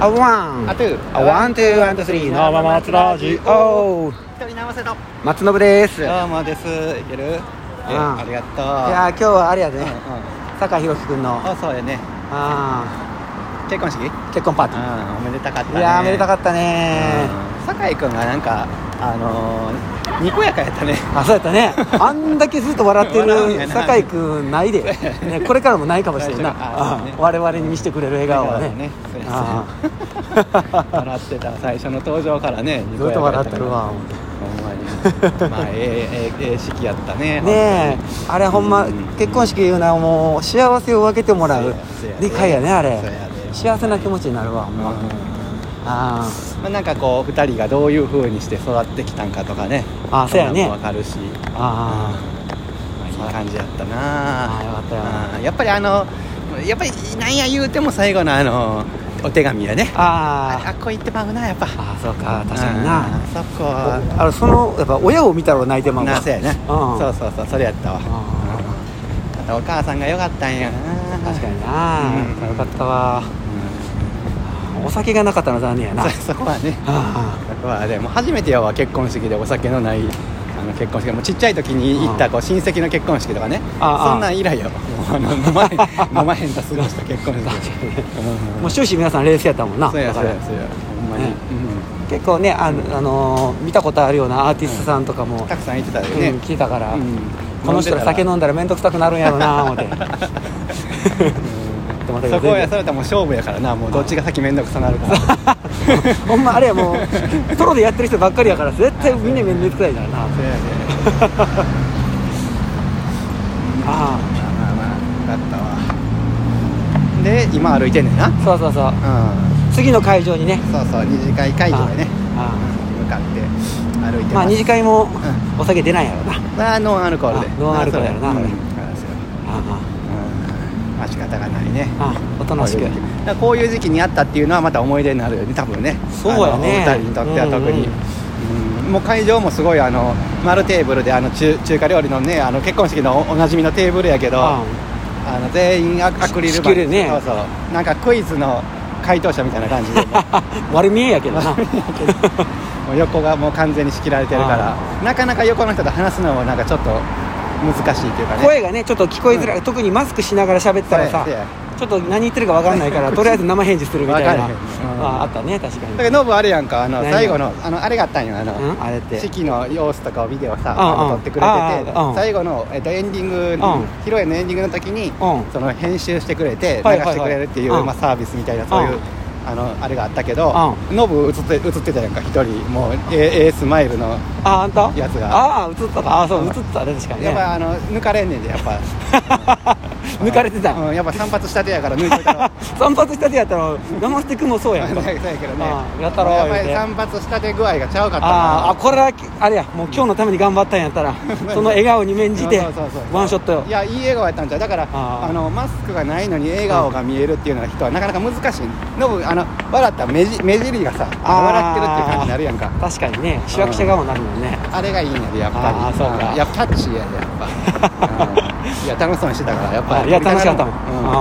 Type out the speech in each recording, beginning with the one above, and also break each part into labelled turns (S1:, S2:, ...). S1: あワン
S2: あトゥ
S1: あワンツーワンツースリーのままつラジオ
S2: 一人生せと
S1: 松信ですいや
S2: どうもですいけるえ
S1: うん
S2: ありがとう
S1: ー今日はあれやで
S2: うんうん
S1: ね坂井宏樹くんの
S2: あそうやね
S1: あ
S2: 結婚式
S1: ー結婚パーティ
S2: うんおめでたかった
S1: ー
S2: ね
S1: いやーめでたか
S2: っ
S1: ったね
S2: 酒井君がなんかあのーにこやか やったね
S1: あそうやった ねあんだけずっと笑って
S2: 笑うんや
S1: る
S2: な
S1: 酒井くんないで
S2: そうや
S1: ねこれからもないかもし れんな
S2: 大丈夫あー
S1: う
S2: そうんね
S1: 我々に見せてくれる笑顔はね
S2: そうや
S1: あ
S2: そうや笑ってた最初の登場からね
S1: ー
S2: に
S1: ず
S2: こ
S1: っ
S2: や
S1: と笑っ
S2: かやたか
S1: て
S2: ら
S1: るわ
S2: ほんまにまあええええええ式やったね
S1: ねえあれほんま
S2: うん
S1: 結婚式いうのはもう幸せを分けてもらう
S2: そうやそうや
S1: 理解やねあれ
S2: そうやで
S1: 幸せな気持ちになるわほんまあ
S2: まあ、なんかこう2人がどういう風にして育ってきたんかとかね
S1: あそうやね
S2: んなのも分かるし、
S1: ーあ
S2: まあ、いい
S1: そうや
S2: 感じやったな
S1: あーよかったよ
S2: あーやっぱりあのやっぱりなんや言うても最後のあのお手紙やね
S1: ーあー
S2: あこう言ってまうなやっぱ
S1: あーそうか確かにな
S2: あーそこは
S1: あのそのやっぱ親を見たら泣いてまう
S2: な
S1: わ
S2: そうやな、
S1: うん
S2: そうそうそうそれやったわ
S1: あ
S2: あとお母さんが良かったんやな
S1: ー確かにな
S2: うん
S1: よかったわお酒がなかったの残念やな
S2: うんそそこはね
S1: あ
S2: そこはでも初めてやわ結婚式でお酒のないあの結婚式もうちっちゃい時に行ったこう親戚の結婚式とかね
S1: ああ
S2: そんなん以来よもうあの飲まへん飲まへんと過ごした結
S1: ー
S2: 婚式
S1: も
S2: も
S1: う終始皆さん冷静やったもんな
S2: そうや
S1: だ
S2: そ
S1: か
S2: う
S1: ら
S2: やそうやほんまに、
S1: ね結構ねあの、あのー見たことあるようなアーティストさんとかも、
S2: うん、たくさん行ってたよ
S1: うん
S2: ね、
S1: 聞いたから、
S2: うん
S1: この人ら酒飲んだら面倒くさくなるんやろうな思 ってでもだけど
S2: そこは
S1: 全
S2: やそれともう勝負やからなもうどっちが先面倒くさなるから
S1: 然ほんまあれやもうトロでやってる人ばっかりやから絶対みんな面倒くさいからなあ
S2: そうやね
S1: あ
S2: まあまあまあよかったわで今歩いてんねんなうん
S1: そうそうそう次の会場にね
S2: そうそう二次会会場でね
S1: あ
S2: 向かって歩い
S1: あ
S2: て
S1: まあ
S2: ます
S1: 二次会もお酒出ないやろうな、あ
S2: まあノンアルコールで
S1: あノンアルコールやろな
S2: あそ
S1: こ
S2: う
S1: れ
S2: うんあそう
S1: あ
S2: うんまあ仕方がないね
S1: ああおとなしく
S2: こういう時期だからこういう時期にあったっていうのはまた思い出になるよね多分ね
S1: そうやね
S2: あのお二人にとっては特に、
S1: うん
S2: うんもう会場もすごいあの丸テーブルであの中中華料理のねあの結婚式のおおなじみのテーブルやけど、
S1: あ
S2: あの全員アアクリル
S1: 仕切るね
S2: そうそうなんかクイズの回答者みたいな感じでも
S1: あ悪見えやけど な
S2: う 横がもう完全に仕切られてるからなかなか横の人と話すのもなんかちょっと難しいっていうかね
S1: 声がねちょっと聞こえづらい、特にマスクしながら喋ってたらさ
S2: そうやね
S1: ちょっと何言ってるか分かんない からとりあえず生返事するみたいな、
S2: わかるうん
S1: ああったね確かに
S2: だけどノブあれやんかあの
S1: 何
S2: 最後のあのあれがあったんよあの、
S1: うんあれって
S2: 式の様子とかをビデオさ、
S1: うんうん
S2: あの撮ってくれてて、
S1: ああうん
S2: 最後の、えっと、エンディング、
S1: ん
S2: 披露宴のエンディングの時に、
S1: うん
S2: その編集してくれて流
S1: はいはいはい
S2: してくれるっていう、
S1: うん
S2: まあ、サービスみたいなそういう、
S1: うん
S2: あのあれがあったけど、ノブ映って映ってたやんか一人もうええスマイルの
S1: ああんた
S2: やつが
S1: ああ映ったかあそう
S2: うん
S1: 映ったね確かに
S2: やっ
S1: ね
S2: ぱあの抜かれんねんでやっぱ
S1: 抜かれてたん
S2: うん、やっぱ散髪したてやから抜いとい たろ
S1: 散髪したてやったら生してくもそうやん
S2: そ
S1: か
S2: うやけどね
S1: ああやったろ
S2: やっぱ
S1: 言う
S2: り
S1: て
S2: 散髪したて具合がちゃうかったな
S1: あーあこれはあれやもう今日のために頑張ったんやった らその笑顔に免じて
S2: そうそうそうそう
S1: ワンショットよ
S2: いやいい笑顔やったんじゃうだから
S1: あ
S2: あ
S1: ー
S2: のマスクがないのに笑顔が見えるっていうのは人はなかなか難しいノブあの笑ったら目じ目尻がさ
S1: あー
S2: 笑ってるっていう感じになるやんか
S1: 確かにね主役者側になるもんね
S2: あれがいいねでやっぱり
S1: あーそうか
S2: いやキャッチーやでやっ ぱうんいや楽しそうにしてたからやっぱ
S1: あ
S2: り
S1: いや楽しかったもん、
S2: うん
S1: あ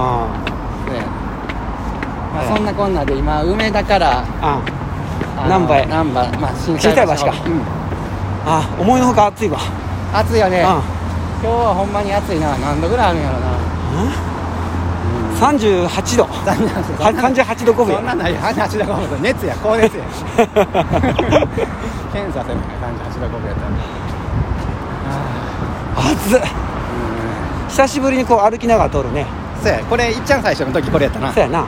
S2: ね
S1: はい
S2: まあ、そんなこんなで今梅だから
S1: あ
S2: あの
S1: 難波へ
S2: 難波まあ震
S1: 心斎橋か
S2: うん
S1: あ思いのほか暑いわ、
S2: 暑いよ
S1: う
S2: ね
S1: ん
S2: 今日はほんまに暑いな何度ぐらいあるんやろ
S1: う
S2: な
S1: ん38度
S2: 残念です
S1: 38度5分
S2: そんなない38度5分熱や 高熱や検査せなきゃ38度5分やったんだ
S1: 暑っ久しぶりにこう歩きながら通るね
S2: そうやこれいっちゃん最初の時これやったな
S1: そうやな
S2: う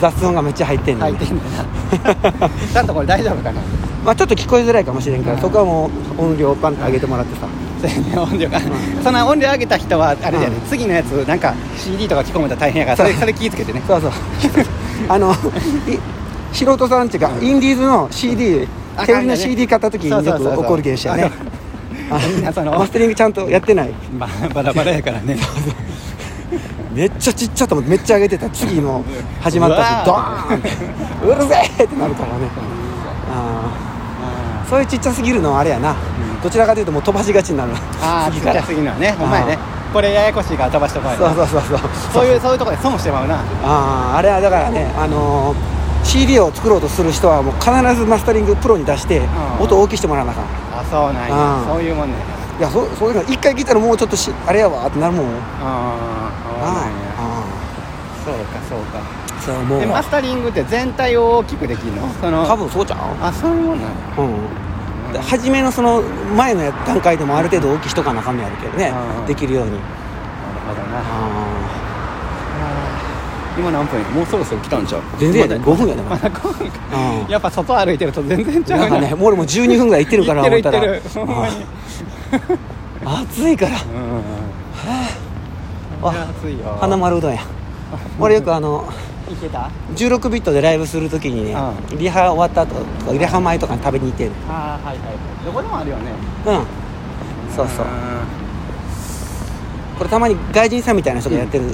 S1: 雑音がめっちゃ入ってん
S2: ん
S1: の
S2: 入っ
S1: に、
S2: てんだなちゃんとこれ大丈夫かな
S1: まあ、ちょっと聞こえづらいかもしれんから、そこはもう音量をバンと上げてもらってさ
S2: そうやね音量がそんな音量上げた人はあれだよね
S1: うん
S2: 次のやつなんか CD とか聞こえたら大変やからそれそれ気ぃつけてね
S1: そうそう あのい素人さんっていうか、インディーズの CD
S2: あ
S1: 手売り
S2: かんだ
S1: の
S2: ね
S1: CD 買った時に
S2: そうそ
S1: よ
S2: うそう
S1: く
S2: そう
S1: 起こる現象やね
S2: あみんなそ の
S1: あマステリングちゃんとやってない
S2: ババラバラやからね
S1: めっちゃちっちゃと思ってめっちゃ上げてた次の始まったし
S2: う
S1: ド
S2: わ
S1: ーンってうるせえってなるからねあーそういうちっちゃすぎるのはあれやな、どちらかというともう飛ばしがちになる
S2: ああ 次
S1: 次から
S2: 次のはねお前ね
S1: あ
S2: これややこしいから飛ばしてこい
S1: そうそうそうそう
S2: そういうそういうとこで損してまうな
S1: あああれはだからね、あのー CD を作ろうとする人はもう必ずマスタリングプロに出して
S2: うん
S1: 音を大きくしてもらわなあかん
S2: あそうなんや
S1: うん
S2: そういうもんね
S1: いやそそういうの一回聞いたらもうちょっとしあれやわってなるもん
S2: うんそうなんや
S1: あ
S2: そうかそうか
S1: あそうもう
S2: でマスタリングって全体を大きくできるのその
S1: 多分そうじゃん
S2: あそういうもんなんや
S1: うんで初めのその前のや段階でもある程度大きい人かなあかんのやるけどね
S2: うん
S1: できるように
S2: なるほどな
S1: あ
S2: 今何分もうそろそろ来たんちゃう
S1: あ全然やで
S2: ま
S1: 5分やで
S2: だま
S1: まだ
S2: だ5分か
S1: うん
S2: やっぱ外歩いてると全然ちゃ
S1: な
S2: うん
S1: かねもう俺もう12分ぐらい行ってるから
S2: 行
S1: 思
S2: っ
S1: った
S2: てる
S1: ら
S2: 行ってるほんまに
S1: うん暑いから
S2: うんうんうん
S1: あ
S2: いや暑いよ
S1: 花丸うどんや俺よくあの
S2: いけた
S1: 16ビットでライブするときにね、
S2: う
S1: リハ終わった後とかリハ前とかに食べに行ってる
S2: ああはいはいどこでもあるよね
S1: うんそうそう
S2: う
S1: これたまに外人さんみたいな人がやってる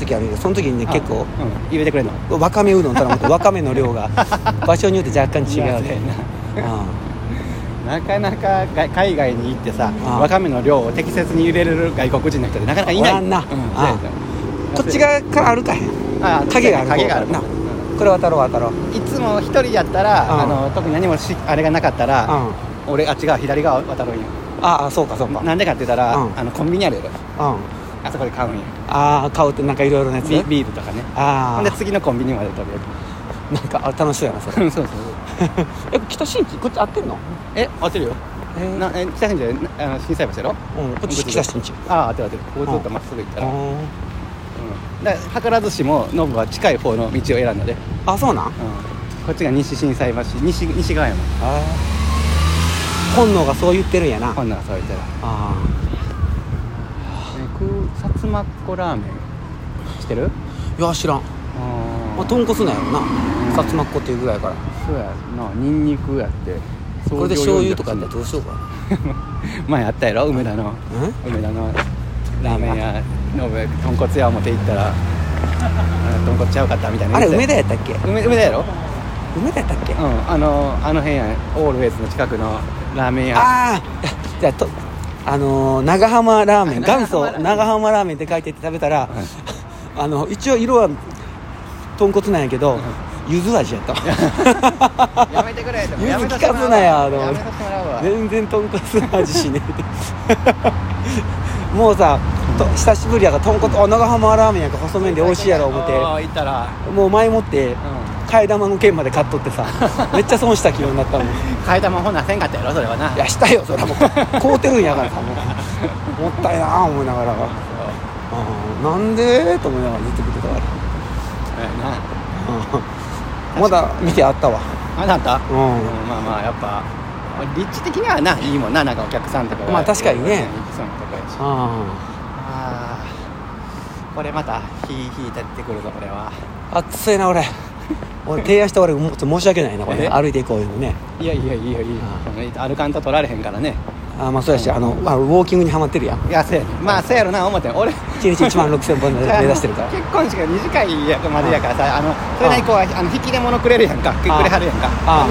S1: 時あるけどその時にね
S2: ん
S1: 結構
S2: あうん入れてくれんの
S1: わかめうどん頼むとわかめの量 が場所によって若干違う
S2: いや
S1: で
S2: そうや
S1: う
S2: なかなかが海外に行ってさ
S1: あ
S2: わかめの量を適切に入れれる外国人の人ってなかなかいない
S1: おらんな
S2: う
S1: あんこっち側から歩かへん
S2: あー
S1: 影がある
S2: 影がある
S1: な
S2: うん
S1: これ渡ろう渡ろう
S2: いつも一人やったら、
S1: うん
S2: あの特に何もしあれがなかった
S1: うん
S2: ら、俺あっち側左側渡るんよ
S1: ああそうかそうかうん
S2: なんでかって言ったら、
S1: うん
S2: あのコンビニあるやろ
S1: あ
S2: あそこで買うんよ
S1: あ買うってなんかいろいろなやつ
S2: ビビールとかねほ
S1: あ
S2: んで
S1: あ
S2: 次のコンビニまで食べる
S1: なんかあ楽しそうや なそれ
S2: そうそうそ う
S1: え北新地こっち合ってんの
S2: え合ってるよ
S1: えー
S2: なえ北新地でなあの震災橋やろ
S1: うんこっち北新地
S2: ああ当てる当てるこうずっとまっすぐ行ったら、うん、
S1: あ
S2: だから計らずしもノブは近い方の道を選んだで、うん、
S1: あそうなん
S2: こっちが西心斎橋西西側やもん
S1: 本能がそう言ってるんやな
S2: こんなんそう言ったら
S1: あ
S2: ねくさつまっこラーメン知ってる
S1: ーいや知らん、
S2: あ
S1: まあ、豚骨なんやろな
S2: うん
S1: さつまっこっていうぐらいやから
S2: そうやなニンニクやって
S1: これで醤油とかやったら
S2: と
S1: どうしようかな
S2: 前あったやろ梅田の
S1: うん
S2: 梅田のラーメン屋の上豚骨屋を持って行ったらあ豚骨ちゃうかったみたいな
S1: あれ
S2: 言っ
S1: 梅
S2: て
S1: 田やったっけ
S2: 梅梅田やろ
S1: 梅田やったっけ
S2: う
S1: あ
S2: んあのあの辺やオールウェイズの近くのラーメン屋
S1: あーじゃあとあのー長浜ラーメン
S2: あ
S1: 元祖
S2: 長浜ラ
S1: 長浜ラー
S2: ーメン
S1: メンって書いてって食べたら、あの一応色は豚骨なんやけど、柚子味やったわ
S2: やめてくれって
S1: 言う
S2: や
S1: の
S2: め
S1: 聞
S2: て
S1: か
S2: くれ
S1: すなやでも
S2: やめてもらうわ
S1: 全然豚骨の味しねえ もうさと久しぶりやから豚骨あ長浜ラーメンやんから細麺で美味しいやろ思
S2: あ
S1: っ
S2: ー行ったら
S1: てもう前もって
S2: う
S1: 替え玉の券まで買っと ってさめっちゃ損した気分になったもんい
S2: ん替え玉ほなせんかったやろそれはな
S1: やしたよそれはもう買うてるんやからさもうもったいなあ思いながらうんなんでと思いながらずっと食ってたから
S2: そうやな
S1: うんまだ見てあったわ
S2: あなた、
S1: う
S2: うん
S1: ん
S2: まあまあやっぱ立地的にはないいもんななんかお客さんとかが
S1: まあ確かにね
S2: お客さんとかやし
S1: あ
S2: あーこれまたひいひい立ってくるぞこれは
S1: あ暑いな俺俺提案した俺もうちょっと申し訳ないなこ
S2: え
S1: れ歩いていこういうのね
S2: いやいやいやいや歩かんと取られへんからね
S1: あまあそうやしあの、まあ、ウォーキングにはまってるやん
S2: いやせやまあせやろな思ってん俺
S1: 1日1万6000本で目指してるから
S2: 結婚式が2次会やまでやからさあのそれなりにこうあの引き出物くれるやんかくれはるやんか
S1: あ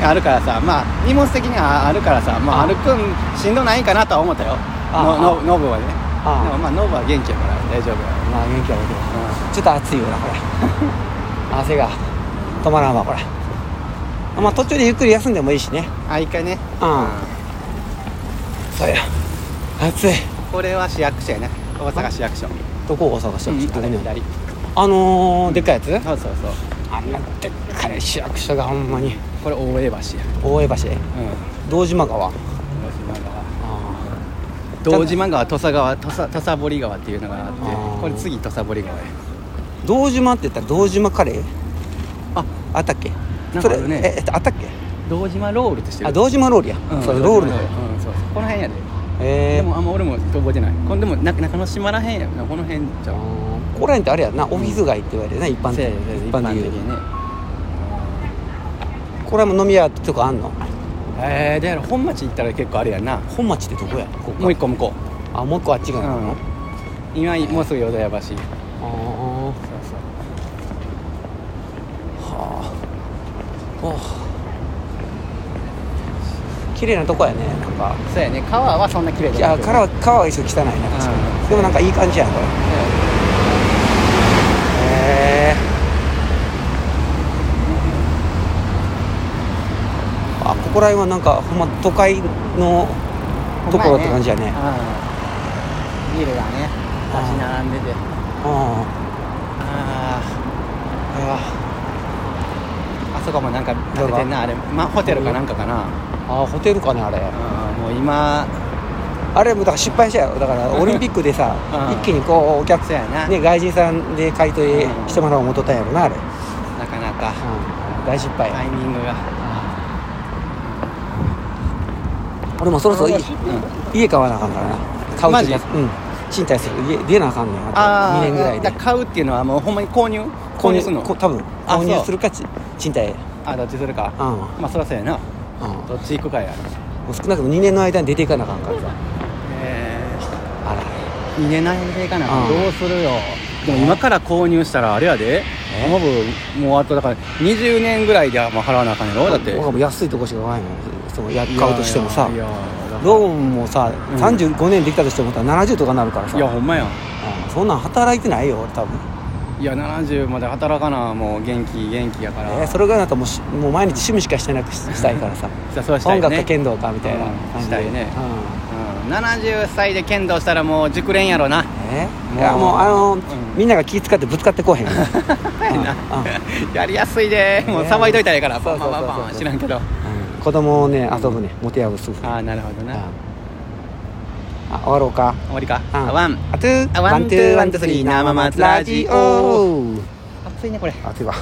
S2: であるからさまあ荷物的にはあるからさまあ
S1: あ
S2: 歩くんしんどないんかなとは思ったよ
S1: あ
S2: ののノブはね
S1: あ
S2: でもまあノブは元気やから大丈夫や
S1: まあ元気は僕はちょっと暑いよなこれ 汗が止まらんわこれまあ途中でゆっくり休んでもいいしね
S2: あ一回ね
S1: うんそうや暑い
S2: これは市役所やね大阪市役所
S1: どこを探して
S2: うん
S1: る
S2: あれ
S1: んですか
S2: 左
S1: あのー、でっかいやつ
S2: そうそうそう
S1: あんなでっかい市役所がほんまに
S2: これ大江橋や
S1: 大江橋堂島川あ
S2: うん
S1: あ
S2: 堂島川土佐川土佐土佐堀川っていうのがあって
S1: あー
S2: これ次土佐堀川や
S1: 堂島って言ったら堂島カレー
S2: あ
S1: あったっけ
S2: なん
S1: そ
S2: かあ
S1: れ
S2: るね
S1: ええっとあったっけ
S2: 堂島ロールってしてる
S1: あ堂島ロールや、
S2: うん
S1: それロールの
S2: 堂島うんそうそうこの辺やで
S1: え
S2: で
S1: ー、
S2: もあんま俺も覚えてないこんでもな中之島らへんやなこの辺ちゃう
S1: ここら辺ってあれやなオフィス街って言われるな一般
S2: せ
S1: 的
S2: や
S1: に
S2: せや
S1: 一般で言
S2: 一
S1: う
S2: にね
S1: これはもう飲み屋とかあんの
S2: えーだから本町行ったら結構あれやんな
S1: 本町ってどこやここか
S2: もう一個向こ
S1: あもう一個あっち
S2: う
S1: がなの、
S2: うん今もうすぐ淀屋橋そう
S1: あー
S2: そう
S1: はあお綺麗なとこやねなんか
S2: そうやね川はそんな綺麗
S1: い
S2: じ
S1: や
S2: ゃないけど
S1: 川は川は一緒汚いな確かに
S2: うん
S1: でもなんかいい感じやんこれへえあここら辺はなんかほんま都会のところって感じやね
S2: うんビールがね立ち並んでて
S1: うん
S2: あ
S1: これは
S2: ああそこもなんか建ててんなあれ、ま、ホテルかなんかかな、
S1: あホテルかねあれ
S2: うんもう今
S1: あれもだから失敗したよだ からオリンピックでさ
S2: うん
S1: 一気にこうお客
S2: そうやな、
S1: ね外人さんで買い取りしてもらおう思っとったんやろなあれ、うん、
S2: なかなか
S1: 大失敗、
S2: タイミングが
S1: 俺もそろそろいい家買わなあかんからな買う
S2: マ
S1: って
S2: ジ
S1: いうかうん賃貸する家出なあかんねん
S2: ああ
S1: 2年ぐらいで
S2: だから買うっていうのはもうほんまに購入購入するの
S1: こ多分
S2: あ
S1: 購
S2: そ
S1: 入
S2: う
S1: するかち賃貸
S2: あどっちするか
S1: うん、うん、も
S2: まあそりゃそうやな
S1: う
S2: どっち行くかや
S1: 少なくとも2年の間に出ていかなあかんからさ
S2: え
S1: あら
S2: え入れないでいかな
S1: うん
S2: どうするよでも今から購入したらあれやでノブもうあとだから20年ぐらいでもう払わなあかんやろだって
S1: 僕はもう安いとこしかないもんそのや買うとしてもさ
S2: いやいやだから
S1: ローンもさ
S2: うん
S1: 35年できたとしてもさ70とかなるからさ
S2: いやほんまやん
S1: うんそんなん働いてないよ俺多分
S2: いや70まで働かなもう元気元気やから、
S1: えーそれぐらいだともうしもう毎日趣味しかしてなくししたいからさ
S2: じゃあそうしたい
S1: 音
S2: ね
S1: 楽か剣道かみたいな
S2: うん
S1: 感じ
S2: し
S1: で
S2: たいね
S1: うん
S2: うん、70歳で剣道したらもう熟練やろな
S1: え
S2: もう
S1: いやもうあの、
S2: ん
S1: みんなが気使ってぶつかってこう へん
S2: やな
S1: うんうん
S2: やりやすいでもう
S1: ね
S2: さばいといたらええから
S1: そ
S2: パ
S1: う
S2: ン
S1: そ
S2: パ
S1: う
S2: ン
S1: そう
S2: パ
S1: そう
S2: ンパン知らんけどあ
S1: うん子供をね遊ぶね持て合うすぐ
S2: あなるほど
S1: うん
S2: な
S1: あ終わろうか
S2: 終わりか
S1: うん
S2: あワン
S1: あトゥ
S2: あ
S1: ー
S2: ワン
S1: ワントゥー
S2: ワ
S1: ワ
S2: ン
S1: ントゥー
S2: トゥース
S1: ス
S2: リ
S1: リ
S2: ー
S1: ー
S2: 生
S1: 生
S2: 松
S1: 松
S2: ラ
S1: ラ
S2: ジ
S1: ジ
S2: オ
S1: オ
S2: 熱いねこれ
S1: 暑いわ